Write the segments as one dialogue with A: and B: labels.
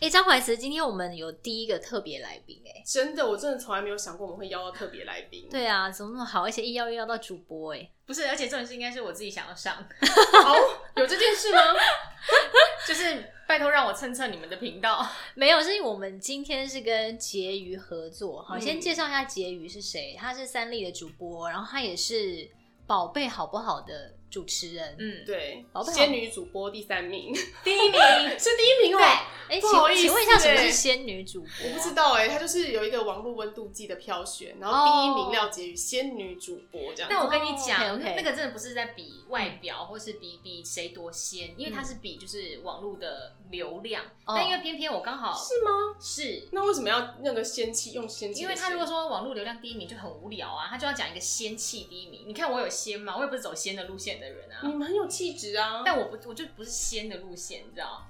A: 哎，张怀慈，今天我们有第一个特别来宾哎、
B: 真的，我真的从来没有想过我们会邀到特别来宾。
A: 对啊，怎么那么好，而且一邀又邀到主播哎、
C: 不是，而且重点是应该是我自己想要上，
B: 哦，有这件事 吗？
C: 就是拜托让我蹭蹭你们的频道。
A: 没有，是因为我们今天是跟婕妤合作。好，
B: 嗯
A: 先介绍一下婕妤是谁，她是三立的主播，然后她也是《宝贝好不好》的主持人。
C: 嗯，
B: 对
A: 宝贝，好
B: 仙女主播第三名是
C: 第一名
B: 第一名哦、
A: 哎、
B: 不好
A: 请
B: 意思
A: 请问一下，什么
B: 哎
A: 是仙女主播？
B: 我不知道哎、她就是有一个网络温度计的票选，然后第一名
A: 哦
B: 廖婕妤仙女主播这样子。
C: 但我跟你讲
A: 哦，OK，OK
C: 那个真的不是在比外表，或是比比谁多先，因为它是比就是网络的流量。
A: 哦
C: 但因为偏偏我刚好
B: 是吗？
C: 是，
B: 那为什么要那个仙气用仙气的仙？
C: 因为他如果说网络流量第一名就很无聊啊，他就要讲一个仙气第一名。你看我有仙吗？我也不是走仙的路线的人啊，
B: 你们很有气质啊，
C: 但我不我就不是仙的路线，你知道？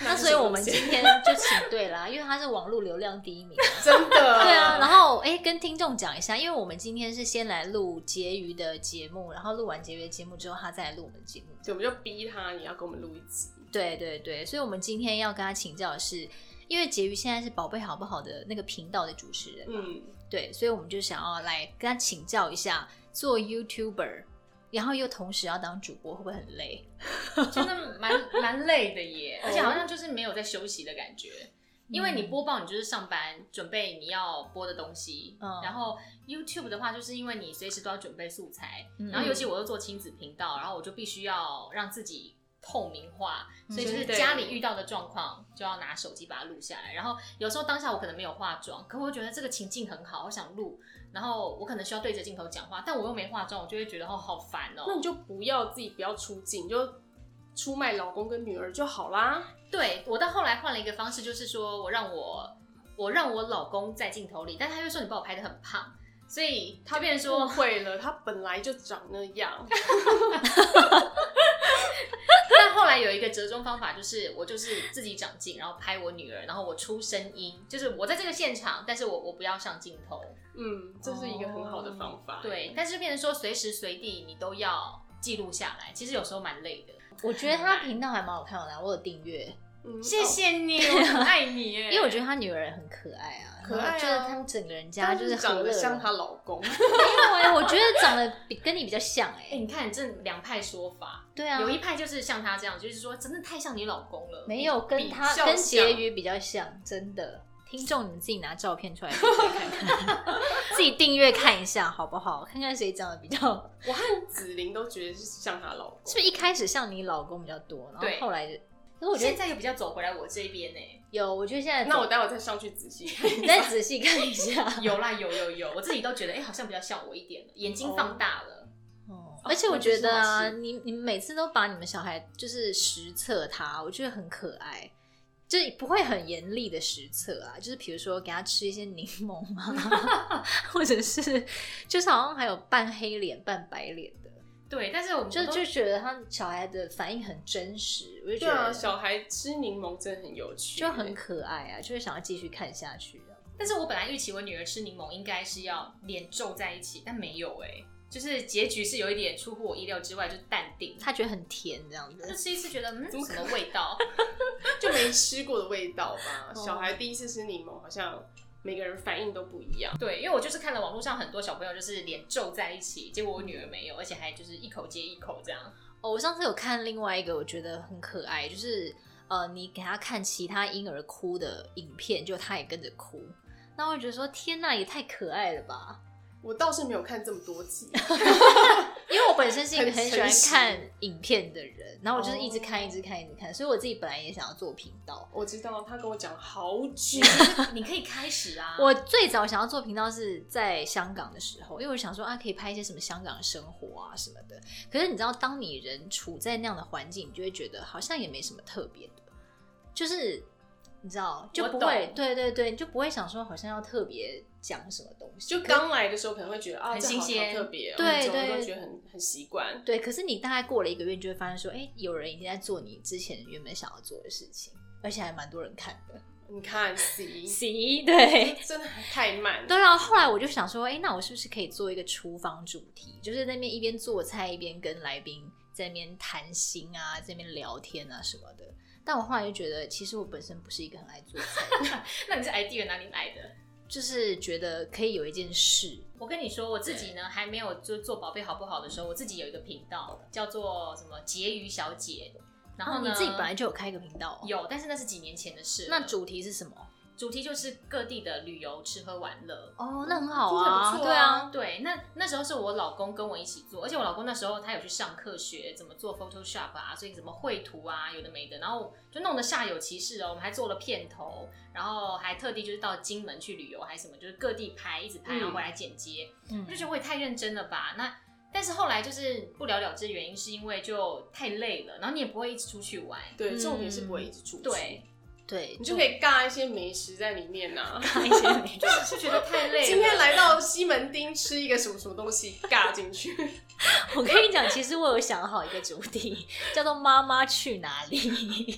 A: 那所以我们今 天就请对啦，因为她是网络流量第一名。
B: 真 的
A: 对啊，然后哎、跟听众讲一下，因为我们今天是先来录婕妤的节目，然后录完婕妤的节目之后，她再来录我们的节目。
B: 对，我们就逼她也要跟我们录一集。
A: 对对对，所以我们今天要跟他请教的是，因为婕妤现在是《宝贝好不好》的那个频道的主持人，
B: 嗯，
A: 对，所以我们就想要来跟他请教一下，做 YouTuber，然后又同时要当主播，会不会很累？
C: 真的蛮蛮累的耶，
B: 哦
C: 而且好像就是没有在休息的感觉。
A: 嗯
C: 因为你播报，你就是上班准备你要播的东西，
A: 嗯
C: 然后 YouTube 的话，就是因为你随时都要准备素材，
A: 嗯
C: 然后尤其我又做亲子频道，然后我就必须要让自己透明化，
A: 嗯
C: 所以就是
B: 真的
C: 家里遇到的状况就要拿手机把它录下来。然后有时候当下我可能没有化妆，可我会觉得这个情境很好，我想录，然后我可能需要对着镜头讲话，但我又没化妆，我就会觉得哦好烦哦。
B: 那你就不要自己不要出镜，你就出卖老公跟女儿就好啦。
C: 对我到后来换了一个方式，就是说我让我我让我老公在镜头里，但他又说你把我拍的很胖，所以他变成
B: 误
C: 说，
B: 会了，她本来就长那 样。
C: 但后来有一个折中方法，就是我就是自己长镜，然后拍我女儿，然后我出声音，就是我在这个现场，但是我我不要上镜头，
B: 嗯，这是一个很好
A: 哦
B: 的方法。
C: 对，但是变成说随时随地你都要记录下来，其实有时候蛮累的。
A: 我觉得他频道还蛮好看的啦，我有订阅，
B: 嗯，
C: 谢谢你，我很爱你耶，
A: 哦 因为我觉得他女儿很可爱啊，
B: 可爱啊
A: 然后就是他们整个人家
B: 她
A: 啊就是是和
B: 长
A: 乐
B: 得
A: 融
B: 像她 老公，
A: 没有哎，我觉得长得比跟你比较像哎、
C: 哎、你看这两派说法，
A: 对啊，
C: 有一派就是像他这样，就是说真的太像你老公了，
A: 没有跟他
B: 比较
A: 跟
B: 像
A: 婕妤比较像，真的。听众，你们自己拿照片出来给我看看，自己订阅看一下好不好？看看谁长得比较，
B: 我和子玲都觉得是像她老公。
A: 是不是一开始像你老公比较多，然后
C: 对
A: 后来就，可是我觉
C: 现
A: 得
C: 在又比较走回来我这边呢、欸
A: 有，我觉得现在
B: 那我待会再上去仔细看。
A: 你再仔细看一下，
C: 有啦，有有有，我自己都觉得，哎、好像比较像我一点了，眼睛放大了。
A: 哦而且我觉得
B: 那
A: 啊，
B: 就是
A: 你你们每次都把你们小孩就是实测他，我觉得很可爱，就是不会很严厉的实测啊，就是比如说给他吃一些柠檬 啊， 或者是就是好像还有半黑脸半白脸的，
C: 对，但是我们
A: 就
C: 都
A: 就觉得他小孩的反应很真实，我就觉
B: 对啊，
A: 得
B: 小孩吃柠檬真的很有趣，欸
A: 就很可爱啊，就会想要继续看下去的。
C: 但是我本来预期我女儿吃柠檬应该是要脸皱在一起，但没有哎、就是结局是有一点出乎我意料之外，就淡定。
A: 他觉得很甜这样
C: 就
A: 子，
C: 吃一次觉得嗯
B: 怎么
C: 什么 味道，
B: 就没吃过的味道吧。
A: 哦
B: 小孩第一次吃柠檬，好像每个人反应都不一样。
C: 对，因为我就是看了网络上很多小朋友就是脸皱在一起，结果我女儿没有，而且还就是一口接一口这样。
A: 哦，我上次有看另外一个，我觉得很可爱，就是呃，你给他看其他婴儿哭的影片，就他也跟着哭，那我就觉得说天呐，也太可爱了吧！
B: 我倒是没有看这么多 集，
A: 因为我本身是一个
B: 很
A: 很喜欢
B: 诚实
A: 看影片的人，然后我就是一直看，
B: 哦
A: 一直看，一直看，所以我自己本来也想要做频道。
B: 我知道他跟我讲好久，
C: 就是你可以开始啊，
A: 我最早想要做频道是在香港的时候，因为我想说啊，可以拍一些什么香港生活啊什么的。可是你知道，当你人处在那样的环境，你就会觉得好像也没什么特别的，就是你知道就不
C: 我懂
A: 会，对对对，你就不会想说好像要特别讲什么东西。
B: 就刚来的时候可能会觉得啊，
C: 很
B: 这
C: 新
B: 好
C: 鲜
B: 好特别哦，
A: 对
B: 你久了
A: 对
B: 都觉得很很习惯。
A: 对，可是你大概过了一个月，你就会发现说，哎、有人已经在做你之前原本想要做的事情，而且还蛮多人看的。
B: 你看 C，
A: 行，对。
B: 真的太慢，
A: 对，然后后来我就想说，哎，那我是不是可以做一个厨房主题？就是那边一边做菜一边跟来宾在那边谈心啊，在那边聊天啊什么的。但我后来就觉得，其实我本身不是一个很爱做菜，
C: 那你是 idea 哪里来的？
A: 就是觉得可以有一件事，
C: 我跟你说，我自己呢还没有就做宝贝好不好的时候，我自己有一个频道叫做什么婕妤小姐，然后呢、
A: 哦你自己
B: 嗯
A: 本来就有开一个频道、哦，
C: 有，但是那是几年前的事了。
A: 那主题是什么？
C: 主题就是各地的旅游、吃喝玩乐。
A: 哦，那很好
B: 听起来不错啊
A: 对啊，
C: 对，那那时候是我老公跟我一起做，而且我老公那时候他有去上课学怎么做 Photoshop 啊，所以怎么绘图啊，有的没的，然后就弄得煞有其事哦。我们还做了片头，然后还特地就是到金门去旅游，还什么就是各地拍，一直拍，然后回来剪接。
A: 嗯
C: 我就觉得我也太认真了吧？那但是后来就是不了了之，原因是因为就太累了，然后你也不会一直出去玩。
B: 对，重点是不会一直出去，
C: 对，
A: 对，
B: 你就可以尬一些美食在里面呐、
A: 看一些 美剧。
C: 是觉得太累了。
B: 今天来到西门町吃一个什么什么东西，尬进去。
A: 我跟你讲，其实我有想好一个主题，叫做“妈妈去哪里”。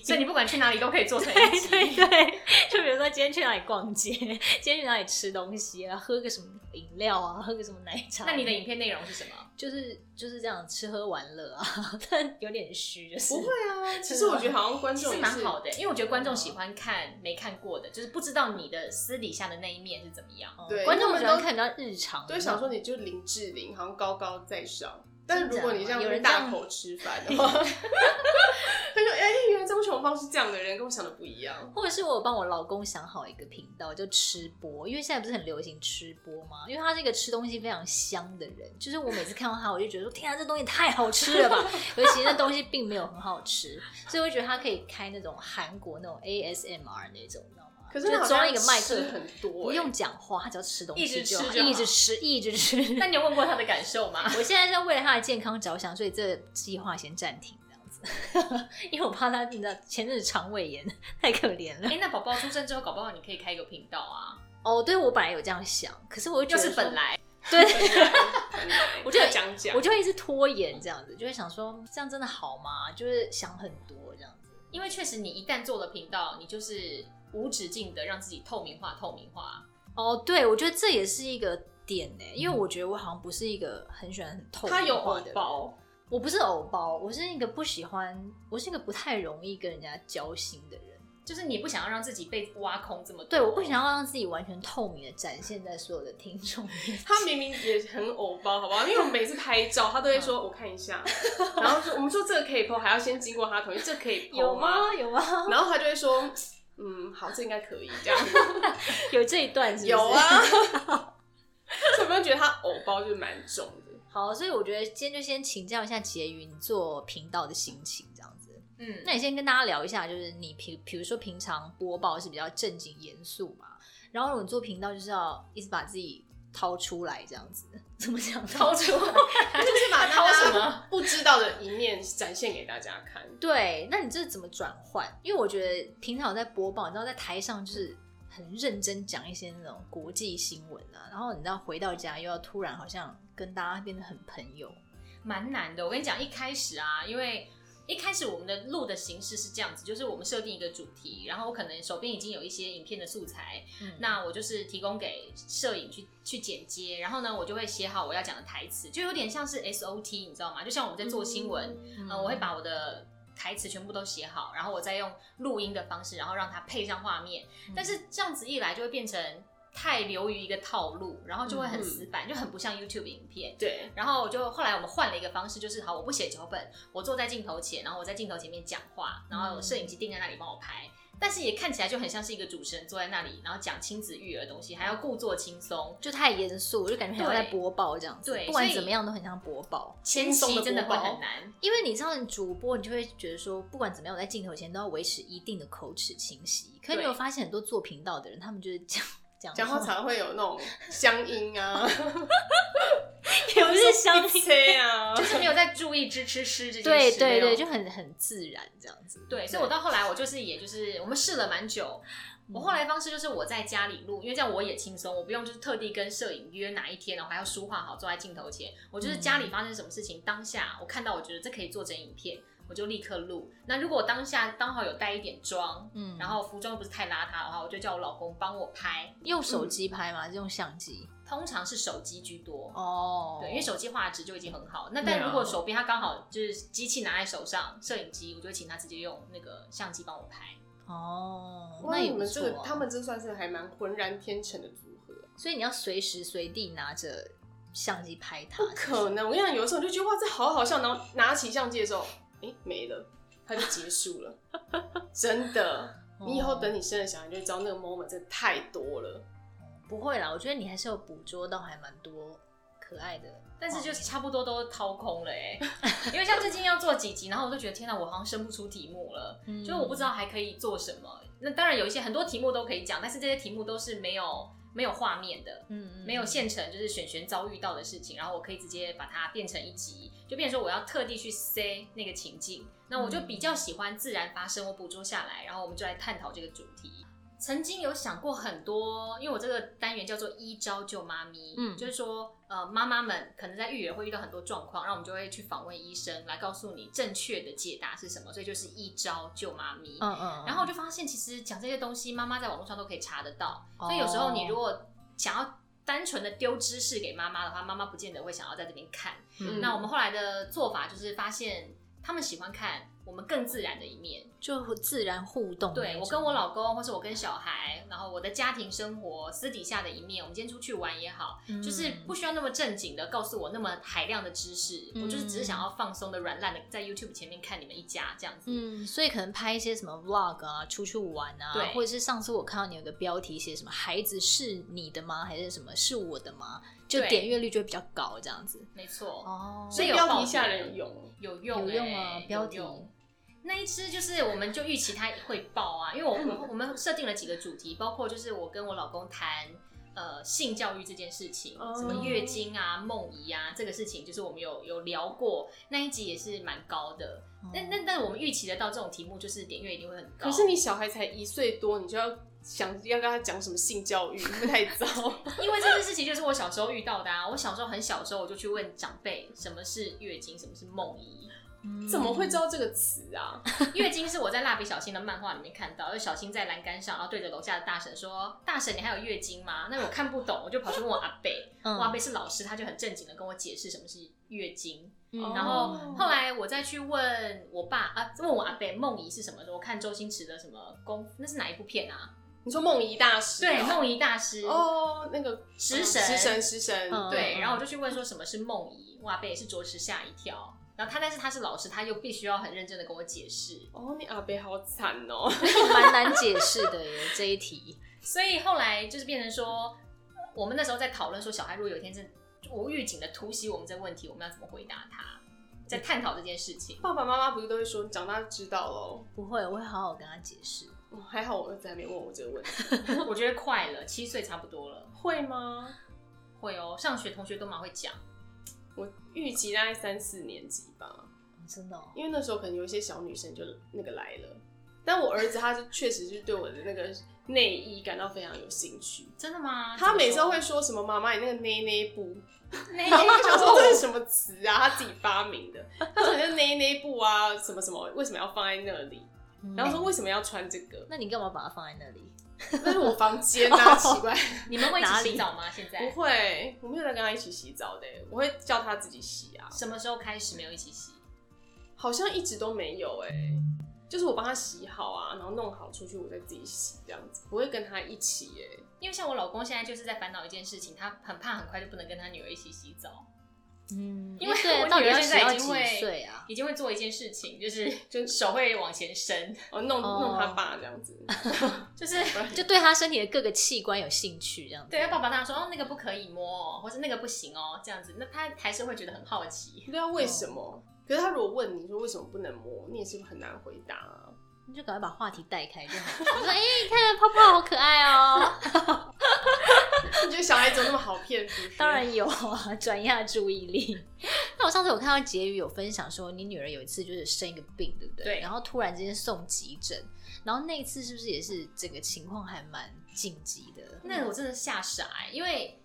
C: 所以你不管去哪里都可以做成一 集。
A: 对对，就比如说今天去哪里逛街， 今天去哪里吃东西啊，喝个什么饮料啊，喝个什么奶茶。
C: 那你的影片内容是什么？
A: 就是就是这样吃喝玩乐啊， 但有点虚，就是嗯
B: 不会啊，其实我觉得好像观
C: 其
B: 众
C: 实
B: 也
C: 蛮好的，因为我觉得观众喜欢看没看过的，就是不知道你的私底下的那一面是怎么样。
A: 哦
B: 对
A: 观众
B: 他们
A: 喜欢
B: 都
A: 看到日常，
B: 对，想说你就林志玲，好像高高在上。但是
A: 真的
B: 如果你这样
A: 有人
B: 子大口吃饭的话， 他说：“哎、原来张琼芳是这样的人，跟我想的不一样。
A: 或者是我有帮我老公想好一个频道，就吃播，因为现在不是很流行吃播吗？因为他是一个吃东西非常香的人，就是我每次看到他，我就觉得说，天啊，这东西太好吃了吧！尤其那东西并没有很好吃，所以我觉得他可以开那种韩国那种 ASMR 那种，你知道吗？”
B: 可是
A: 就
B: 他好
A: 是
B: 像
A: 装一个麦克
B: 吃
A: 风，
B: 很多、欸，
A: 不用讲话，他只要吃东
C: 一直
A: 西好，
C: 吃就好
A: 一直吃，一直 吃。
C: 那你有问过他的感受吗？
A: 我现在在为了他的健康着想，所以这计划先暂停这样子， 因为我怕他你知道前阵子肠胃炎太可怜了
C: 哎、。那宝宝出生之后，搞不好你可以开一个频道啊，
A: 哦，对，我本来有这样想，可是我就觉
C: 就
A: 得
C: 是本
A: 来
C: 来
A: 对，
B: 我就讲讲
A: 我，就会一直拖延这样子，就会想说这样真的好吗？就是想很多这样子。
C: 因为确实你一旦做了频道，你就是无止境的让自己透明化、透明化。
A: 哦，对，我觉得这也是一个点呢、因为我觉得我好像不是一个很喜欢很透
B: 嗯他有
A: 明化
B: 偶
A: 的人
B: 包，
A: 我不是偶包，我是一个不喜欢，我是一个不太容易跟人家交心的人。
C: 就是你不想要让自己被挖空这么多，
A: 对，我不想要让自己完全透明的展现在所有的听众面前。
B: 他明明也很偶包，好不好？因为我每次拍照，他都会说：“我看一下。”然后说：“我们说这个可以 PO，还要先经过他同意，这可以 PO
A: 有
B: 吗
A: 吗？有吗？？”
B: 然后他就会说：“嗯，好，这应该可以。”这样
A: 有这一段是不是？
B: 有。啊， 所以我就觉得他偶包就是蛮重的。
A: 好，所以我觉得今天就先请教一下婕妤，你做频道的心情这样子。
C: 嗯，
A: 那你先跟大家聊一下，就是你比比如说平常播报是比较正经严肃嘛，然后你做频道就是要一直把自己掏出来这样子，怎么讲？
C: 掏出来。
B: 就是把
C: 掏
B: 大
C: 什么
B: 家不知道的一面展现给大家看。
A: 对，那你这怎么转换？因为我觉得平常有在播报，你知道在台上就是很认真讲一些那种国际新闻啊，然后你知道回到家又要突然好像跟大家变得很朋友，
C: 蛮难的。我跟你讲，一开始啊，因为一开始我们的录的形式是这样子，就是我们设定一个主题，然后我可能手边已经有一些影片的素材，
A: 嗯
C: 那我就是提供给摄影去去剪接，然后呢，我就会写好我要讲的台词，就有点像是 SOT，你知道吗？就像我们在做新闻，
A: 嗯
C: 呃，我会把我的。台词全部都写好，然后我再用录音的方式，然后让它配上画面。
A: 嗯
C: 但是这样子一来，就会变成太流于一个套路，然后就会很死
A: 嗯
C: 板，就很不像 YouTube 影片。
B: 对，
C: 然后我就后来我们换了一个方式，就是好，我不写脚本，我坐在镜头前，然后我在镜头前面讲话，然后摄影机定在那里帮我拍，但是也看起来就很像是一个主持人坐在那里，然后讲亲子育儿的东西，还要故作轻松。
A: 就太严肃，我就感觉很像在
C: 对
A: 播报这样子，
C: 对
A: 不管
C: 所以
A: 怎么样都很像播报。
C: 前
B: 轻松
C: 期
B: 地
C: 真的会
B: 播报
C: 很难，
A: 因为你知道，你主播你就会觉得说，不管怎么样，我在镜头前都要维持一定的口齿清晰。可是你
C: 对
A: 有发现很多做频道的人，他们就是讲讲
B: 讲话
A: 长，
B: 常会有那种乡音啊，
A: 也不是相
B: 一
A: 亲，
B: 切啊
C: 就，是没有在注意支吃吃这件
A: 对
C: 事。
A: 对
C: 没有
A: 对，就很很自然这样子。
C: 对，所以我到后来我就是也就是我们试了蛮久，我后来方式就是我在家里录，因为这样我也轻松，我不用就是特地跟摄影约哪一天，然后还要梳化好坐在镜头前，我就是家里发生什么事情、当下我看到我觉得这可以做成影片，我就立刻录。那如果我当下刚好有带一点妆，
A: 嗯，
C: 然后服装又不是太邋遢的话，我就叫我老公帮我拍。
A: 用手机拍嘛，是用相机
C: 通常是手机居多，
A: 哦，
C: 对，因为手机画质就已经很好。那
B: 对
C: 但
B: 啊
C: 如果手边他刚好就是机器拿在手上，摄影机，我就会请他直接用那个相机帮我拍。
A: 哦，
B: 哇
A: 那也
B: 你
A: 不
B: 们这
A: 错
B: 个
A: 啊、
B: 他们这算是还蛮浑然天成的组合。啊
A: 所以你要随时随地拿着相机拍他
B: 不，可能！我跟你讲，有的时候你就觉得哇，这好好笑，然后拿起相机的时候，哎、没了，它就结束了。真 的，你以
C: 哦
B: 后等你生了小孩，你就知道那个 moment 真的太多了。
A: 不会啦，我觉得你还是有捕捉到还蛮多可爱的，
C: 但是就是差不多都掏空了哎、 因为像最近要做几集，然后我就觉得天哪，我好像生不出题目了，
A: 嗯
C: 就是我不知道还可以做什么。那当然有一些很多题目都可以讲，但是这些题目都是没有没有画面的，
A: 嗯，嗯
C: 没有现成就是选璇遭遇到的事情，然后我可以直接把它变成一集，就变成说我要特地去塞那个情境。那我就
A: 嗯
C: 比较喜欢自然发生，我捕捉下来，然后我们就来探讨这个主题。曾经有想过很多，因为我这个单元叫做“一招救妈咪”，
A: 嗯
C: 就是说，呃，妈妈们可能在育儿会遇到很多状况，然后我们就会去访问医生来告诉你正确的解答是什么，所以就是一招救妈咪。
A: 嗯嗯，
C: 然后我就发现，其实讲这些东西，妈妈在网络上都可以查得到。
A: 哦
C: 所以有时候你如果想要单纯的丢知识给妈妈的话，妈妈不见得会想要在这边看。
A: 嗯
C: 那我们后来的做法就是发现，他们喜欢看我们更自然的一面。
A: 就自然互动那种，
C: 对我跟我老公，或是我跟小孩，然后我的家庭生活私底下的一面，我们今天出去玩也好，
A: 嗯
C: 就是不需要那么正经的告诉我那么海量的知识，我就是
A: 嗯
C: 只是想要放松的、软烂的在 YouTube 前面看你们一家这样子。
A: 嗯，所以可能拍一些什么 vlog 啊，出去玩啊，
C: 对
A: 或者是上次我看到你有个标题写什么“孩子是你的吗”还是什么“是我的吗”，就
C: 对
A: 点阅率就会比较高这样子。
C: 没错。
A: 哦
B: 所以
C: 有
B: 标
C: 爆
B: 题
C: 点
B: 下人有，
C: 有用、欸，
A: 有用啊
C: 有
A: 标题
C: 用那一只就是，我们就预期它会爆啊，因为 我们我们设定了几个主题，包括就是我跟我老公谈呃性教育这件事情，
B: 哦
C: 什么月经啊、梦遗啊这个事情，就是我们有有聊过，那一集也是蛮高的。那
A: 哦
C: 那但我们预期得到这种题目，就是点阅一定会很高。
B: 可是你小孩才一岁多，你就要想要跟他讲什么性教育，会不会太糟。
C: 因为这件事情就是我小时候遇到的啊，我小时候很小的时候我就去问长辈什么是月经，什么是梦遗。
A: 嗯
B: 怎么会知道这个词啊？
C: 月经是我在蜡笔小新的漫画里面看到，就小新在栏杆上，然后对着楼下的大婶说：“大婶，你还有月经吗？”那我看不懂，我就跑去问我阿贝，
A: 嗯
C: 我阿贝是老师，他就很正经的跟我解释什么是月经。
A: 嗯
C: 然后
B: 哦
C: 后来我再去问我爸啊，问我阿贝梦遗是什么的时候，我看周星驰的什么功，那是哪一部片啊？
B: 你说梦遗大师
C: 对，
B: 啊？
C: 梦遗大师，
B: 哦，那个
C: 食神
B: 食神，食神，
A: 嗯
C: 对，
A: 嗯
C: 然后我就去问说什么是梦遗，我阿贝也是着实吓一跳。然后他，但是他是老师，他又必须要很认真的跟我解释。
B: 哦，你阿伯好惨哦。
A: 蛮难解释的耶 这一题？
C: 所以后来就是变成说，呃我们那时候在讨论说，小孩如果有一天是无预警的突袭我们这个问题，我们要怎么回答他，在探讨这件事 情。
B: 爸爸妈妈不是都会说你长大就知道喽？
A: 不会，我会好好跟他解释。
B: 哦还好我儿子还没问我这个问题，
C: 我觉得快了，七岁差不多了，
B: 会吗？
C: 会哦。上学同学都蛮会讲，
B: 我预计大概三四年级吧，
A: 哦真的、哦，
B: 因为那时候可能有一些小女生就那个来了，但我儿子他是确实是对我的那个内衣感到非常有兴趣。
C: 真的吗？
B: 他每次都
C: 周
B: 会说什么“妈妈，你那个内内布”，
C: 那
B: 然后我想说这是什么词啊？他自己发明 的，他说就内内布啊，什么什么，为什么要放在那里？然后说
A: 嗯
B: 为什么要穿这 个？
A: 那你干嘛把它放在那里？
B: 那是我房间 啊，奇怪。
C: 你们会一
A: 哪里
C: 起洗澡吗？现在
B: 不会，我没有在跟他一起洗澡的，我会叫他自己洗啊。
C: 什么时候开始没有一起洗？
B: 好像一直都没有哎、就是我帮他洗好啊，然后弄好出去，我再自己洗这样子，不会跟他一起哎、
C: 因为像我老公现在就是在烦恼一件事情，他很怕很快就不能跟他女儿一起洗澡，
A: 嗯，
C: 因为
A: 对
C: 我
A: 啊，到底
C: 女儿
A: 要
C: 现
A: 洗
C: 在已
A: 到
C: 经
A: 几
C: 会
A: 岁啊？
C: 已经会做一件事情，就是
B: 就
C: 手会往前伸，
B: 哦弄
A: 哦
B: 弄他爸这样子，
C: 就是
A: 就对他身体的各个器官有兴趣，这样子。
C: 对，要爸爸跟他说哦，那个不可以摸、哦，或是那个不行哦，这样子，那他还是会觉得很好奇。
B: 不知道为什么。
C: 哦
B: 可是他如果问你说为什么不能摸，你也是很难回答啊。
A: 你就赶快把话题带开就好。 我说，哎、你看泡泡好可爱哦。
B: 你觉得小孩怎么那么好骗？是不是
A: 当，然有啊， 转移一下注意力。 那我上次有看到婕妤有分享说，你女儿有一次就是生一个病，对不对？
C: 对
A: 然后突然之间送急诊，然后那一次是不是也是整个情况还蛮紧急的？
C: 那我真的吓傻、欸，因为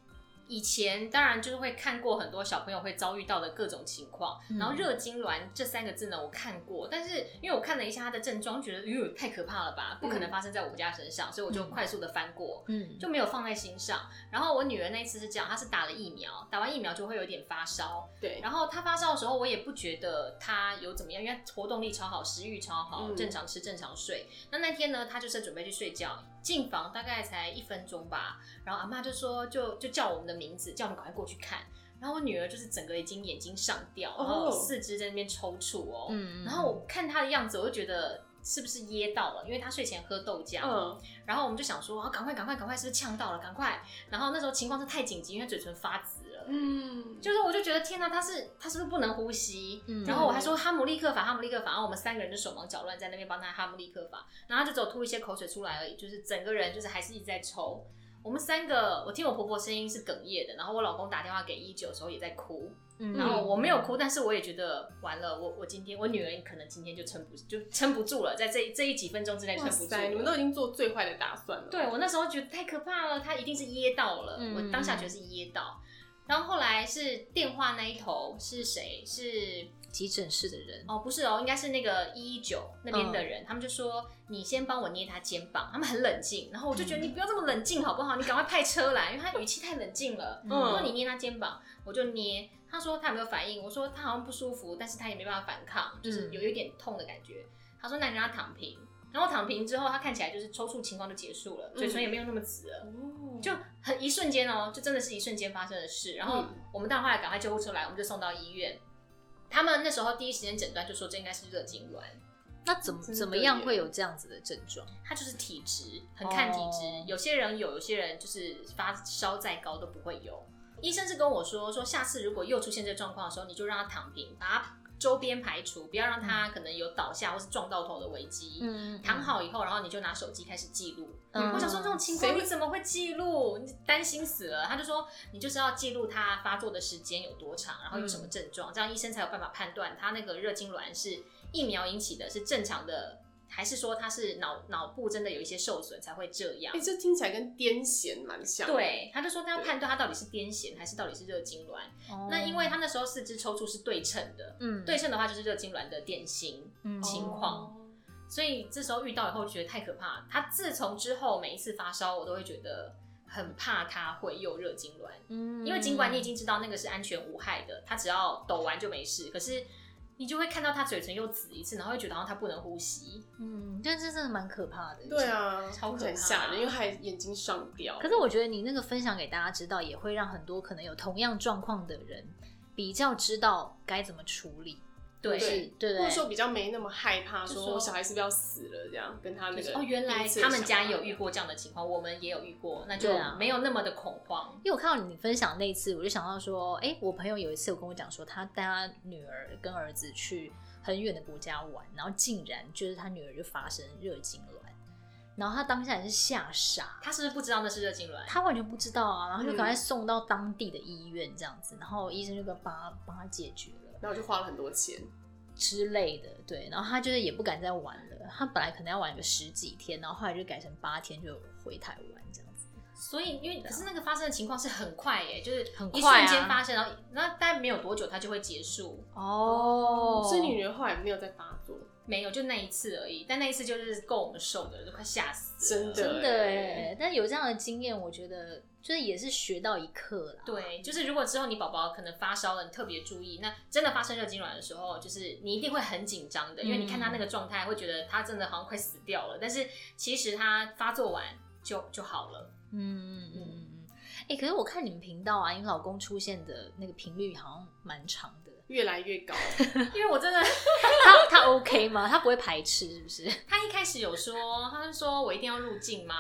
C: 以前当然就是会看过很多小朋友会遭遇到的各种情况，
A: 嗯
C: 然后热痉挛这三个字呢，我看过，但是因为我看了一下它的症状，觉得哟太可怕了吧，不可能发生在我们家身上，所以我就
A: 嗯
C: 快速的翻过，
A: 嗯，
C: 就没有放在心上。然后我女儿那一次是这样，她是打了疫苗，打完疫苗就会有点发烧，
B: 对，
C: 然后他发烧的时候，我也不觉得他有怎么样，因为他活动力超好，食欲超好，
B: 嗯
C: 正常吃正常睡。那那天呢，他就是准备去睡觉，进房大概才一分钟吧，然后阿妈就说，就就叫我们的名字，叫我们赶快过去看。然后我女儿就是整个已经眼睛上吊，然后
B: 哦
C: 四肢在那边抽搐哦。
A: 嗯
C: 然后我看她的样子，我就觉得是不是噎到了，因为她睡前喝豆浆。
B: 嗯，
C: 然后我们就想说，啊，赶快赶快赶快，是不是呛到了？赶快！然后那时候情况是太紧急，因为嘴唇发紫了。
B: 嗯，
C: 就是我就觉得天哪，他是他是不是不能呼吸？
A: 嗯
C: 然后我还说哈姆立克法，哈姆立克法，然后我们三个人就手忙脚乱在那边帮他哈姆立克法，然后他就只有吐一些口水出来而已，就是整个人就是还是一直在抽。我们三个，我听我婆婆声音是哽咽的，然后我老公打电话给一九的时候也在哭，
A: 嗯
C: 然后我没有哭，但是我也觉得完了，我我今天我女儿可能今天就撑不就撑不住了，在这一这一几分钟之内撑
B: 哇
C: 不住
B: 塞，
C: 了。
B: 你们都已经做最坏的打算了。
C: 对我那时候觉得太可怕了，他一定是噎到了，
A: 嗯
C: 我当下觉得是噎到。然后后来是电话那一头是谁？是
A: 急诊室的人，嗯
C: 哦，不是哦，应该是那个一一九那边的人，他们就说你先帮我捏他肩膀，他们很冷静。然后我就觉得
A: 嗯
C: 你不要这么冷静好不好？你赶快派车来，因为他语气太冷静了。
A: 嗯
C: 我说你捏他肩膀，我就捏。他说他有没有反应？我说他好像不舒服，但是他也没办法反抗，就是
A: 嗯
C: 有一点痛的感觉。他说那你让他躺平。然后躺平之后，他看起来就是抽搐情况就结束了，嘴
A: 嗯
C: 唇也没有那么紫了。
B: 哦，
C: 就很一瞬间哦，就真的是一瞬间发生的事。然后
B: 嗯
C: 我们到后来赶快救护车来，我们就送到医院。他们那时候第一时间诊断就说这应该是热痉挛，
A: 那怎么
B: 真的
A: 怎么样
B: 耶
A: 会有这样子的症状？
C: 它就是体质，很看体质。
A: 哦
C: 有些人有，有些人就是发烧再高都不会有。医生是跟我说，说下次如果又出现这状况的时候，你就让他躺平，把它周边排除，不要让他可能有倒下或是撞到头的危机。
A: 嗯
C: 躺，好以后，然后你就拿手机开始记录，
A: 嗯
C: 我想说这种情况
B: 谁
C: 你
B: 会
C: 怎么会记录？你担心死了。他就说你就是要记录他发作的时间有多长，然后有什么症状，这样医生才有办法判断他那个热痉挛是疫苗引起的，是正常的，还是说他是脑脑部真的有一些受损才会这样
B: 哎，。这听起来跟癫痫蛮像。，
C: 对，他就说他要判断他到底是癫痫还是到底是热痉挛。那因为
A: 哦
C: 他那时候四肢抽搐是对称的，
A: 嗯
C: 对称的话就是热痉挛的典型。
A: 嗯
C: 情况
B: 哦。
C: 所以这时候遇到以后觉得太可怕了。他自从之后每一次发烧，我都会觉得很怕他会又热痉挛，
A: 嗯
C: 因为尽管你已经知道那个是安全无害的，他只要抖完就没事，可是你就会看到他嘴唇又紫一次，然后会觉得好像他不能呼吸。
A: 嗯，但这真的蛮可怕的，
B: 对。啊，
C: 超
B: 听
C: 可怕
B: 起来很吓人，因为还眼睛上吊。
A: 可是我觉得你那个分享给大家知道，也会让很多可能有同样状况的人比较知道该怎么处理，
C: 对，
A: 是
B: 对
A: 对
B: 或
A: 对
B: 者说比较没那么害怕，
C: 就
B: 说
C: 说
B: 我小孩是不是要死了这样，跟他那
C: 就是
B: 个
C: 哦，原来
B: 第一次
C: 他们
B: 想
C: 家
B: 法
C: 有遇过这样的情况，我们也有遇过，那就
A: 对啊
C: 没有那么的恐慌。
A: 因为我看到你分享那一次，我就想到说，哎、我朋友有一次有跟我讲说，他带他女儿跟儿子去很远的国家玩，然后竟然就是他女儿就发生热痉挛，然后他当下也是吓傻，
C: 他是不是不知道那是热痉挛？
A: 他完全不知道啊，然后就赶快
B: 嗯
A: 送到当地的医院这样子，然后医生就帮他帮他解决了
B: 然后就花了很多钱，
A: 之类的，对，然后他就是也不敢再玩了，他本来可能要玩个十几天，然后后来就改成八天就回台湾这样子，
C: 所以，因为可是那个发生的情况是很快耶、就是
A: 啊很
C: 一
A: 快啊
C: 瞬间发生，然后那但没有多久它就会结束。
A: 哦
B: 所以你女儿后来没有再发作，
C: 没有，就那一次而已。但那一次就是够我们受的，就快吓死
B: 真
C: 了。
B: 的
A: 真的哎，但有这样的经验，我觉得就是也是学到一课啦。
C: 对，就是如果之后你宝宝可能发烧了，你特别注意。那真的发生热痉挛的时候，就是你一定会很紧张的，因为你看他那
B: 嗯
C: 个状态，会觉得他真的好像快死掉了。但是其实他发作完就就好了。
A: 嗯嗯嗯嗯嗯。哎、可是我看你们频道啊，你老公出现的那个频率好像蛮长的。
B: 越来越高，
C: 因为我真的，
A: 他他 OK 吗？他不会排斥是不是？
C: 他一开始有说，他就说我一定要入境吗？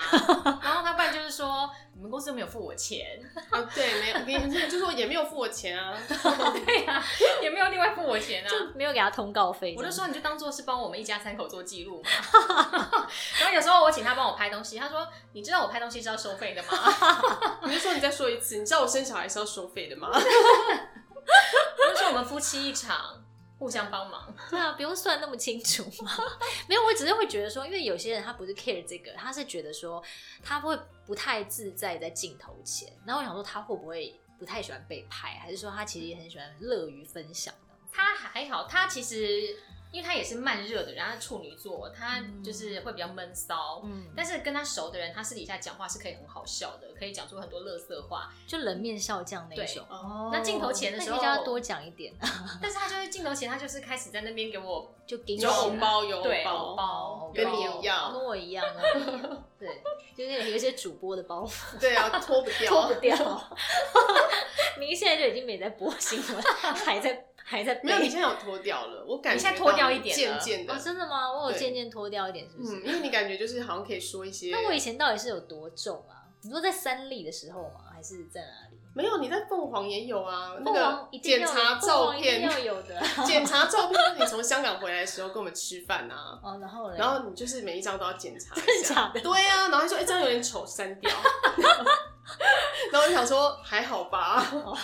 C: 然后他不然就是说你们公司又没有付我钱，
B: 啊，对，没有，我跟你就说也没有付我钱啊，
C: 对呀、也没有另外付我钱啊，
A: 就没有给他通告费这
C: 我
A: 样
C: 就
A: 子？
C: 说你就当做是帮我们一家三口做记 录嘛。然后有时候我请他帮我拍东西，他说你知道我拍东西是要收费的 吗？
B: 你就说你再说一次，你知道我生小孩是要收费的吗？
C: 我就说我们夫妻一场。互相帮忙。
A: 对 啊，不用算那么清楚嘛。 没有，我只是会觉得说，因为有些人他不是 care 这个，他是觉得说他会不太自在在镜头前。然后我想说，他会不会不太喜欢被拍，还是说他其实也很喜欢乐于分享呢？
C: 他还好，他其实因为他也是慢热的人，他是处女座，他
A: 嗯
C: 就是会比较闷骚。
A: 嗯，但
C: 但是跟他熟的人，他私底下讲话是可以很好笑的，可以讲出很多乐色 话。
A: 就冷面笑匠那一
C: 对
A: 种。
B: 哦
C: 那镜头前的
A: 那
C: 时
A: 可以
C: 候，
A: 叫他多讲一点，
C: 但是他就是镜头前，他就是开始在那边给我
A: 就给你哦
B: 有红包，有
C: 对
B: 红包，
C: 红包，
B: 跟你
C: 有
B: 一样
A: 跟我一样啊。 对，就是有一些主播的包袱
B: 对啊，脱不掉，
A: 脱不掉。 明现在就已经没在播新闻，还在还在背
B: 没有，你现在有脱掉了，我感觉
C: 你现在脱掉一点
B: 渐
C: 了
B: 渐的
A: 哦，，真的吗？我有
B: 对
A: 渐渐脱掉一点，是不是？
B: 嗯，因为你感觉就是好像可以说一些，
A: 那我以前到底是有多重啊？你说在三立的时候吗？还是在哪里？
B: 没有，你在凤凰也有啊，那
A: 凤凰
B: 个
A: 一定
B: 检
A: 要有
B: 查
A: 凤
B: 照
A: 凰一定
B: 片，
A: 要有的。
B: 检查照片，你从香港回来的时候跟我们吃饭啊，
A: 哦，然后嘞，
B: 然后你就是每一张都要检 查
A: 真
B: 一
A: 的
B: 下，
A: 假的？
B: 对啊，然后他说哎、这样有点丑，删 掉，然后我就想说还好吧，
A: 哦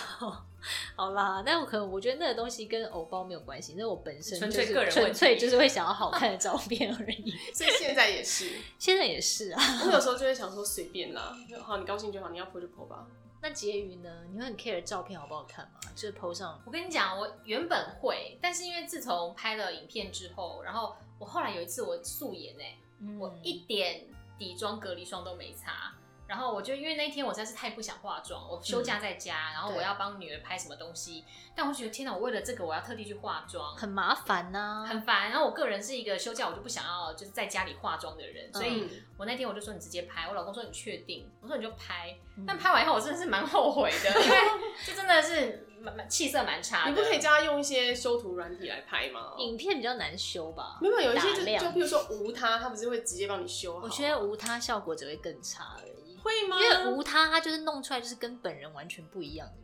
A: 好啦，那我可能我觉得那个东西跟偶包没有关系，那我本身
C: 纯
A: 就
C: 粹
A: 是
C: 个人问题
A: 纯粹就是会想要好看的照片而已。
B: 所以现在也是，
A: 现在也是啊。
B: 我有时候就会想说随便啦，就好你高兴就好，你要 po 就 po 吧，
A: 那结余呢？你会很 care 照片好不好看吗？就是 PO 上
C: 我跟你讲，我原本会，但是因为自从拍了影片之后，然后我后来有一次我素颜哎、
B: 嗯
C: 我一点底妆、隔离霜都没擦。然后我就因为那天我实在是太不想化妆，我休假在
B: 嗯
C: 家，然后我
A: 对
C: 要帮女儿拍什么东西，但我觉得天哪，我为了这个我要特地去化妆，
A: 很麻烦呐、
C: 很烦。然后我个人是一个休假我就不想要就是在家里化妆的人，所以
B: 嗯
C: 我那天我就说你直接拍，我老公说你确定，我说你就拍，
A: 嗯
C: 但拍完以后我真的是蛮后悔的，因为这真的是蛮蛮气色蛮差的。
B: 你不可以叫他用一些修图软体来拍吗？
A: 影片比较难修吧？
B: 没有，有一些
A: 嗯打
B: 就
A: 亮
B: 就譬如说无他，他不是会直接帮你修好？
A: 我觉得无他效果只会更差而已。
B: 会吗？
A: 因
C: 啊
A: 为无他，他就是弄出来就是跟本人完全不一样的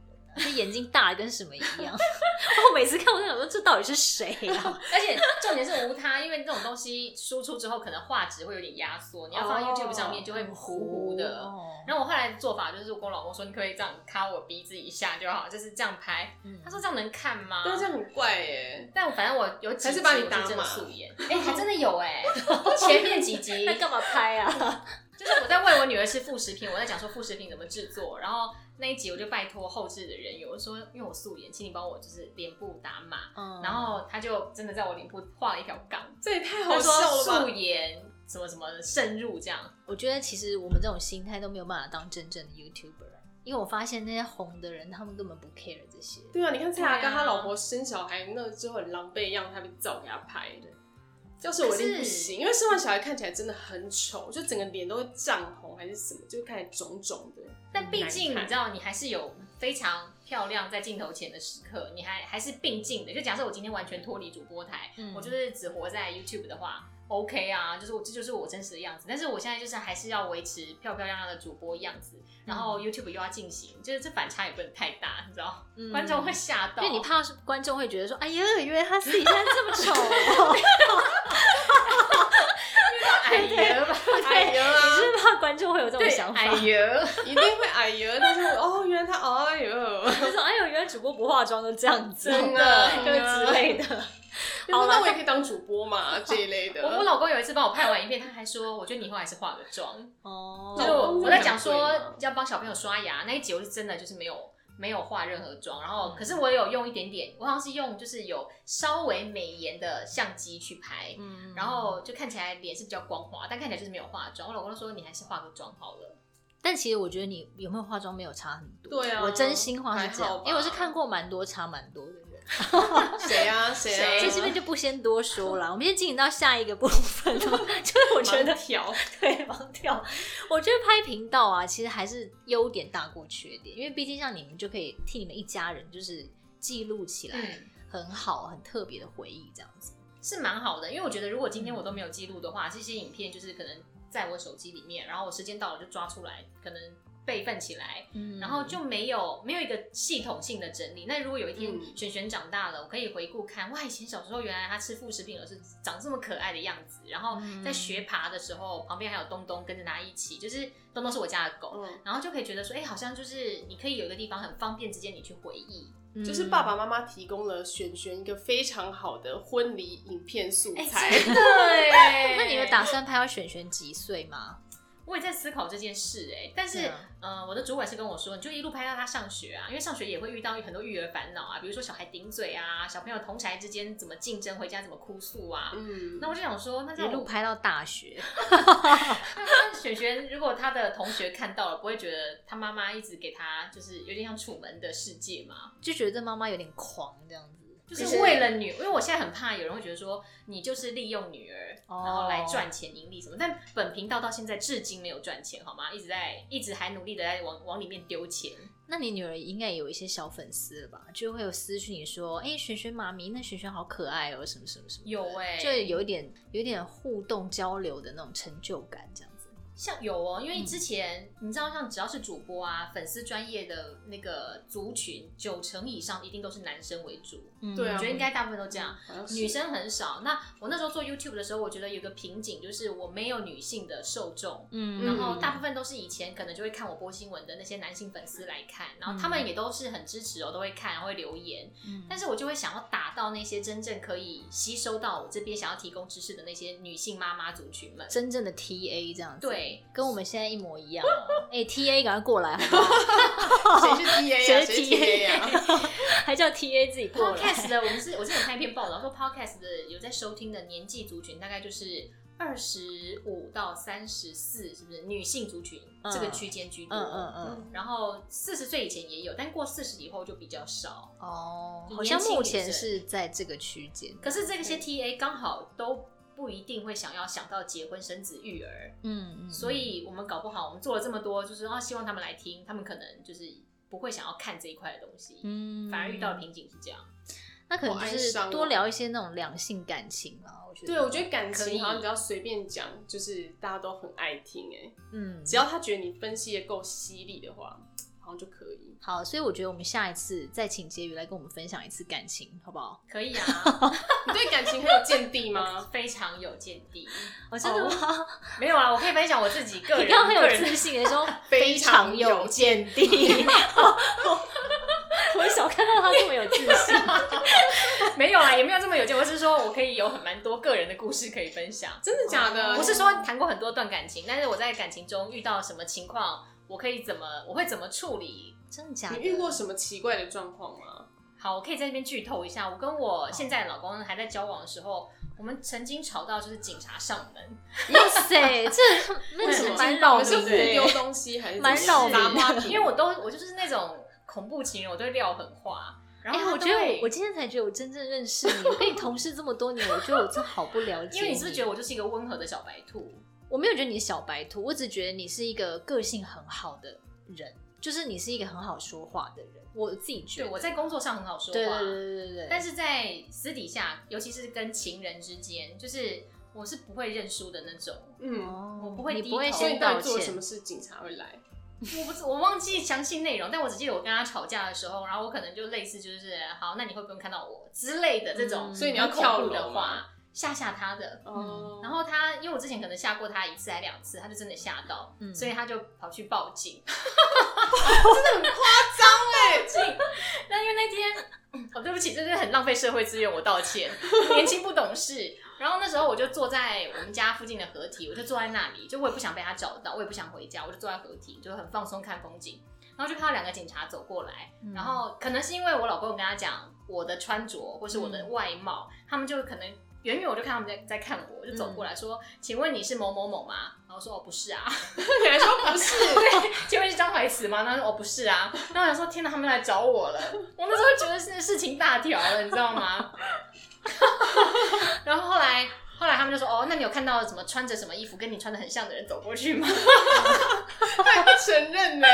A: 人、啊，就眼睛大得跟什么一样。 我每次看我都想说，这到底是谁啊？
C: 而且重点是无它，因为这种东西输出之后，可能画质会有点压缩， 你要放在
B: 哦
C: YouTube 上面就会糊糊的。
A: 哦
C: 然后我后来的做法就是，我跟我老公说，你可以这样卡我鼻子一下就好，就是这样拍。
A: 嗯
C: 他说这样能看吗？
B: 啊但是这样很怪耶、
C: 但我反正我有几集
B: 还是把你打
C: 我真的
B: 码
C: 素颜，哎、还真的有哎、前面 几集
A: 那干嘛拍啊？
C: 就是我在为我女儿吃副食品，我在讲说副食品怎么制作，然后那一集我就拜托后置的人员，我说因为我素颜，请你帮我就是脸部打码，
A: 嗯
C: 然后他就真的在我脸部画了一条杠，
B: 这也 太
C: 他
B: 好笑
C: 说
B: 了
C: 素
B: 吧！
C: 颜什么什么渗入这样，
A: 我觉得其实我们这种心态都没有办法当真正的 YouTuber，因为啊我发现那些红的人，他们根本不 care 这些。
B: 对啊，你看蔡雅
C: 对
B: 刚
C: 啊
B: 他老婆生小孩那之后很狼狈样，他被照给他拍的。要是我一定不
C: 可是
B: 行，因为生完小孩看起来真的很丑，就整个脸都会涨红还是什么，就看起来肿肿的。
C: 但毕竟
B: 难看
C: 你知道，你还是有非常漂亮在镜头前的时刻，你还还是并进的。就假设我今天完全脱离主播台，
A: 嗯
C: 我就是只活在 YouTube 的话，OK 啊，就是我这就是我真实的样子。但是我现在就是还是要维持漂漂亮亮的主播样子，
A: 嗯
C: 然后 YouTube 又要进行，就是这反差也不能太大，你知道，
A: 嗯
C: 观众会吓到。
A: 因为你怕是观众会觉得说，哎呀，原来他私底下这么丑、 哦，
C: 矮油吧？
B: 哎呀、
A: 你是
B: 啊，
A: 不是怕观众会有这种
C: 对，哎
A: 想法
C: 矮，油。
B: 一定会哎呀，但是哦，原来他哎呀，
A: 就说，哎呦，原来主播不化妆都这样子，
B: 真的
A: 就之类的。 好啦
B: 那我也可以当主播嘛这一类的。
C: 我我老公有一次帮我拍完影片，他还说，我觉得你以后还是化个妆。
A: 哦，
C: 就是我我在讲说
B: 嗯
C: 要帮小朋友刷牙那一集，我是真的就是没有没有化任何妆，
A: 嗯
C: 然后可是我有用一点点，我好像是用就是有稍微美颜的相机去拍，
A: 嗯
C: 然后就看起来脸是比较光滑，但看起来就是没有化妆。我老公就说你还是化个妆好了。
A: 但其实我觉得你有没有化妆没有差很多。
B: 对啊
A: 我真心话是这
B: 还好
A: 样
B: 吧，
A: 因为我是看过蛮多差蛮多的人。
B: 谁啊谁啊，
A: 这
C: 谁
A: 这边就不先多说 了，我们先进行到下一个部分了。 就是我觉得
B: 蛮挑。
A: 对盲跳，我觉得拍频道啊，其实还是优点大过缺点，因为毕竟像你们就可以替你们一家人就是记录起来
C: 嗯，
A: 很好、很特别的回忆这样子。
C: 是蛮好的，因为我觉得如果今天
A: 嗯
C: 我都没有记录的话，这些影片就是可能在我手机里面，然后我时间到了就抓出来，可能备份起来，
A: 嗯
C: 然后就没有没有一个系统性的整理。那如果有一天
B: 嗯
C: 璇璇长大了，我可以回顾看，哇，以前小时候原来他吃副食品而是长这么可爱的样子。然后
A: 嗯
C: 在学爬的时候，旁边还有东东跟着他一起，就是东东是我家的狗，
A: 哦
B: 嗯，
C: 然后就可以觉得说，哎、好像就是你可以有一个地方很方便，直接你去回忆。
A: 嗯
B: 就是爸爸妈妈提供了璇璇一个非常好的婚礼影片素
C: 哎、
B: 材。
C: 真的耶！
A: 那你有打算拍到璇璇几岁吗？
C: 我也在思考这件事哎、但是、
A: 对啊
C: 呃，我的主管是跟我说，你就一路拍到他上学啊，因为上学也会遇到很多育儿烦恼啊，比如说小孩顶嘴啊，小朋友同才之间怎么竞争，回家怎么哭诉啊。
B: 嗯，
C: 那我就想说，那这
A: 一
C: 样
A: 路拍到大学，
C: 那那璇璇如果她的同学看到了，不会觉得她妈妈一直给她就是有点像楚门的世界嘛？
A: 就觉得这妈妈有点狂这样子，
C: 就是为了女，因为我现在很怕有人会觉得说你就是利用女儿，
A: 哦
C: 然后来赚钱盈利什么。但本频道到现在至今没有赚钱，好吗？一直在一直还努力的在往往里面丢钱。
A: 那你女儿应该也有一些小粉丝了吧？就会有私讯你说，哎、璇璇妈咪，那璇璇好可爱哦，什么什么什么的，
C: 有哎、
A: 就有一点有一点互动交流的那种成就感，这样子。
C: 像有哦，因为之前、你知道，像只要是主播啊，粉丝专业的那个族群，九成以上一定都是男生为主，
A: 嗯
B: 对啊
C: 我觉得应该大部分都这样。
B: 好像是
C: 女生很少。那我那时候做 YouTube 的时候，我觉得有个瓶颈，就是我没有女性的受众。
A: 嗯，
C: 然后大部分都是以前可能就会看我播新闻的那些男性粉丝来看，然后他们也都是很支持哦，都会看，会留言。
A: 嗯
C: 但是我就会想要打到那些真正可以吸收到我这边想要提供知识的那些女性妈妈族群们。
A: 真正的 TA 这样子，，
C: 对，
A: 跟我们现在一模 一样哦。哎、t a 赶快过来好不好？
B: 谁是 TA 啊？
A: 谁
B: 谁是
A: 是
B: TA 啊？
A: 还叫 TA 自己过来？
C: Podcast 的，我们是我之前看一篇报道说，Podcast 的有在收听的年纪族群大概就是二十五到三十四，是不是女性族群、
A: 嗯
C: 这个区间居多？
A: 嗯嗯嗯，
C: 然后四十岁以前也有，但过四十以后就比较少。
A: 哦，
C: 就
A: 好像目
C: 年轻
A: 前
C: 女生
A: 是在这个区间。
C: 可是这些
B: 嗯
C: TA 刚好都不一定会想要想到结婚生子育儿，
A: 嗯，嗯
C: 所以我们搞不好我们做了这么多，就是哦希望他们来听，他们可能就是不会想要看这一块的东西，
A: 嗯
C: 反而遇到的瓶颈是这样。
A: 那可能
B: 好哀
A: 就是
B: 伤哦
A: 多聊一些那种两性感情啊，我觉得。
B: 对，我觉得感
C: 可以
B: 情好像只要随便讲，就是大家都很爱听哎、
A: 嗯，
B: 只要他觉得你分析的够犀利的话，好像就可以。
A: 好，所以我觉得我们下一次再请婕妤来跟我们分享一次感情，好不好？
C: 可以啊，呃
B: 你对感情很有见地 吗？
C: 非常有见地。
A: 哦，真的吗？
C: 没有啊，我可以分享我自己个人。
A: 你刚刚很
C: 个
A: 有
C: 人
A: 自信的 说
B: 非常
A: 常
B: 有
A: 见地，我很少看到他这么有自信。
C: 没有啦，也没有这么有见。我是说，我可以有很蛮多个人的故事可以分享。
B: 真的假的？
A: 哦
C: 不是说呃谈过很多段感情，但是我在感情中遇到什么情况，我可以怎么，我会怎么处理。
A: 真的假的？
B: 你遇过什么奇怪的状况吗？
C: 好，我可以在这边剧透一下，我跟我现在的老公还在交往的时候，我们曾经吵到就是警察上门，
A: 哇 塞，这那
C: 为
A: 是
C: 什么
A: 蛮
B: 我
A: 扰
B: 们是
A: 民
B: 胡
A: 的耶
B: 丢东西还是
A: 蛮
B: 怎
A: 扰
B: 么
A: 民
B: 样
A: 的
B: 麻
C: 因为我都我就是那种恐怖情人，我都会撂狠话。 然
A: 哎、
C: 后他
A: 我
C: 都
A: 觉
C: 会、
A: 得我我今天才觉得我真正认识你，我跟你同事这么多年，我觉得我真好不了解。
C: 因为你是不是觉得
A: 我？
C: 我就是一个温和的小白兔？
A: 我没有觉得你是小白兔，我只觉得你是一个个性很好的人，就是你是一个很好说话的人。我自己觉
C: 对，
A: 得，
C: 我在工作上很好说话，
A: 对对对对对对，
C: 但
A: 是
C: 是在私底下，尤其是跟情人之间，就是我是不会认输的那种。
B: 嗯，
A: 哦，
C: 我不会
A: 你
C: 低
A: 不会
C: 头
B: 所以
A: 先
B: 你到
A: 道
B: 底做了什
A: 歉
B: 么，事，警察会来？
C: 我不是我忘记详细内容，但我只记得我跟他吵架的时候，然后我可能就类似就是好，那你会不用看到我之类的这种，
A: 嗯
B: 所以你要
C: 很恐
B: 跳
C: 怖
B: 楼
C: 的
B: 吗
C: 话，吓吓他的。
B: 哦，
C: 然后他，因为我之前可能吓过他一次还两次，他就真的吓到，
A: 嗯
C: 所以他就跑去报警。
B: 对，
C: 欸那因为那天，哦，对不起，这是很浪费社会资源，我道歉，年轻不懂事。然后那时候我就坐在我们家附近的河堤，我就坐在那里，就我也不想被他找到，我也不想回家，我就坐在河堤，就很放松看风景。然后就看到两个警察走过来，
A: 嗯
C: 然后可能是因为我老公跟他讲我的穿着或是我的外貌，他们就可能远远我就看他们在在看我，我就走过来说：“请问你是某某某吗？”然后我说：“哦，不是啊。”
B: 你还说不是？
C: 请问是张怀慈吗？他说哦不是啊，那我想说天哪，他们来找我了，我那时候觉得是事情大条了，你知道吗？ 然后后来后来他们就说哦，那你有看到什么穿着什么衣服跟你穿的很像的人走过去吗？
B: 他还不承认呢。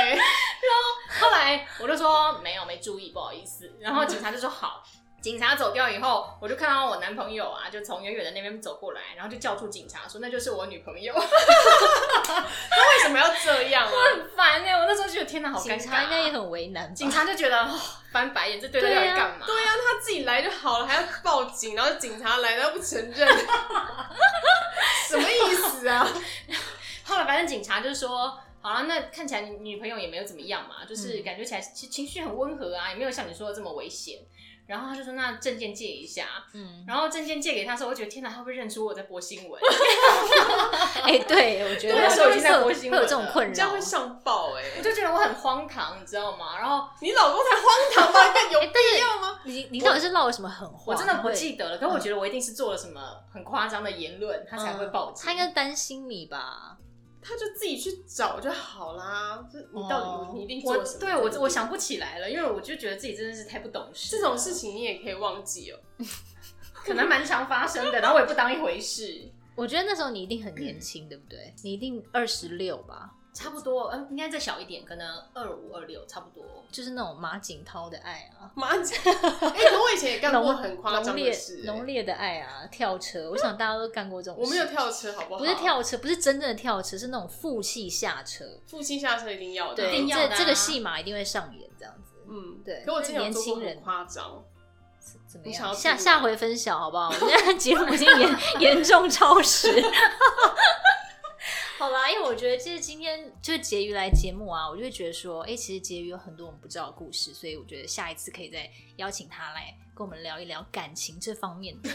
C: 后来我就说没有，没注意，不好意思。然后警察就说好。警察走掉以后，我就看到我男朋友啊，就从远远的那边走过来，然后就叫住警察说那就是我女朋友。
B: 为什么要这样啊？
C: 很烦哎、我那时候就觉得天哪，好尴尬、
A: 警察应该也，很为难吧？
C: 警察就觉得、哦、翻白眼，这对他到底
A: 对啊
C: 干嘛？
B: 对呀、他自己来就好了，还要报警，然后警察来，他不承认，什么意思啊？
C: 后来反正警察就说。好了，那看起来你女朋友也没有怎么样嘛，就是
A: 嗯
C: 感觉起来其情绪很温和啊，也没有像你说的这么危险。然后他就说，那证件借一下。
A: 嗯，
C: 然后证件借给他的时候，我觉得天哪，他会不会认出我在播新 闻？
A: 哎、对，我觉得
C: 对那时候已经在
A: 会有
C: 播新闻
A: 会有这种
C: 了
A: 困
B: 你这
A: 扰
B: 样会，上报哎、
C: 我就觉得我很荒唐，你知道吗？然后
B: 你老公才荒唐吧？你看有
A: 哎
B: 必要吗？
A: 你你到底是唠了什么狠话？
C: 我真的不
A: 会
C: 记得了，可是我觉得我一定是做了什么很夸张的言论，他才会报警。
A: 嗯他应该担心你吧？
B: 他就自己去找就好啦。这你到底、
A: 哦
B: 你一定做
C: 我
B: 了什么？
C: 对我我想不起来了，因为我就觉得自己真的是太不懂事
B: 这
C: 了，
B: 种事情你也可以忘记哦、
C: 可能蛮常发生 的，然后我也不当一回事。
A: 我觉得那时候你一定很年轻，对不对？你一定二十六吧，
C: 差不多，嗯，应该再小一点，可能二五二六，差不多。
A: 就是那种马景涛的爱啊，
B: 妈， 哎、可我以前也干过
A: 浓
B: 很夸
A: 浓
B: 张的
A: 烈
B: 事、欸
A: 浓烈的爱啊，跳车，我想大家都干过这种事。
B: 我没有跳车，好不好？
A: 不是，跳车，不是真正的跳车，是那种负气下车。
B: 父亲下车一定要的。
A: 对，
C: 一定要的啊
A: 这这个戏码一定会上演，这样子。
B: 嗯，
A: 对
B: 可我之前有
A: 年
B: 做过
A: 轻
B: 很
A: 人
B: 夸张，
A: 怎么
B: 你想要
A: 样？下
B: 听吗
A: 下回分享好不 好？我们现在节目已经严严重超时。 好啦，因为我觉得就是今天就是婕妤来节目啊，我就会觉得说，哎、其实婕妤有很多我们不知道的故事，所以我觉得下一次可以再邀请她来跟我们聊一聊感情这方面的，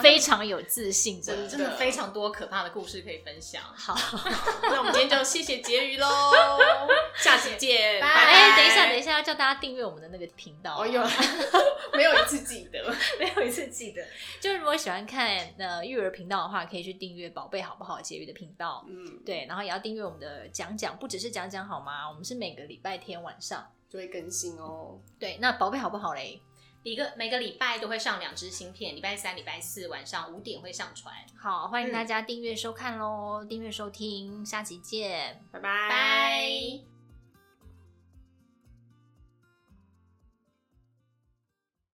A: 非常有自信
C: 真的
A: 的。
C: 真的非常多可怕的故事可以分享。
A: 好，
B: 那我们今天就谢谢婕妤喽， 下期见，拜
C: 拜
A: 哎、
B: 拜。
A: 等一下，等一下，要叫大家订阅我们的那个频道。
B: 哦，有 没有一次记得？
A: 没有一次记得。就是如果喜欢看呃育儿频道的话，可以去订阅“宝贝好不好”婕妤的频道。
B: 嗯，
A: 对，然后也要订阅我们的讲讲，不只是讲讲好吗？我们是每个礼拜天晚上。
B: 就会更新哦。
A: 对，那宝贝好不好嘞？
C: 一个每个礼拜都会上两支新片，礼拜三、礼拜四晚上五点会上传。
A: 好，欢迎大家订阅收看喽，订阅收听，下期见。
B: 拜拜
C: 拜。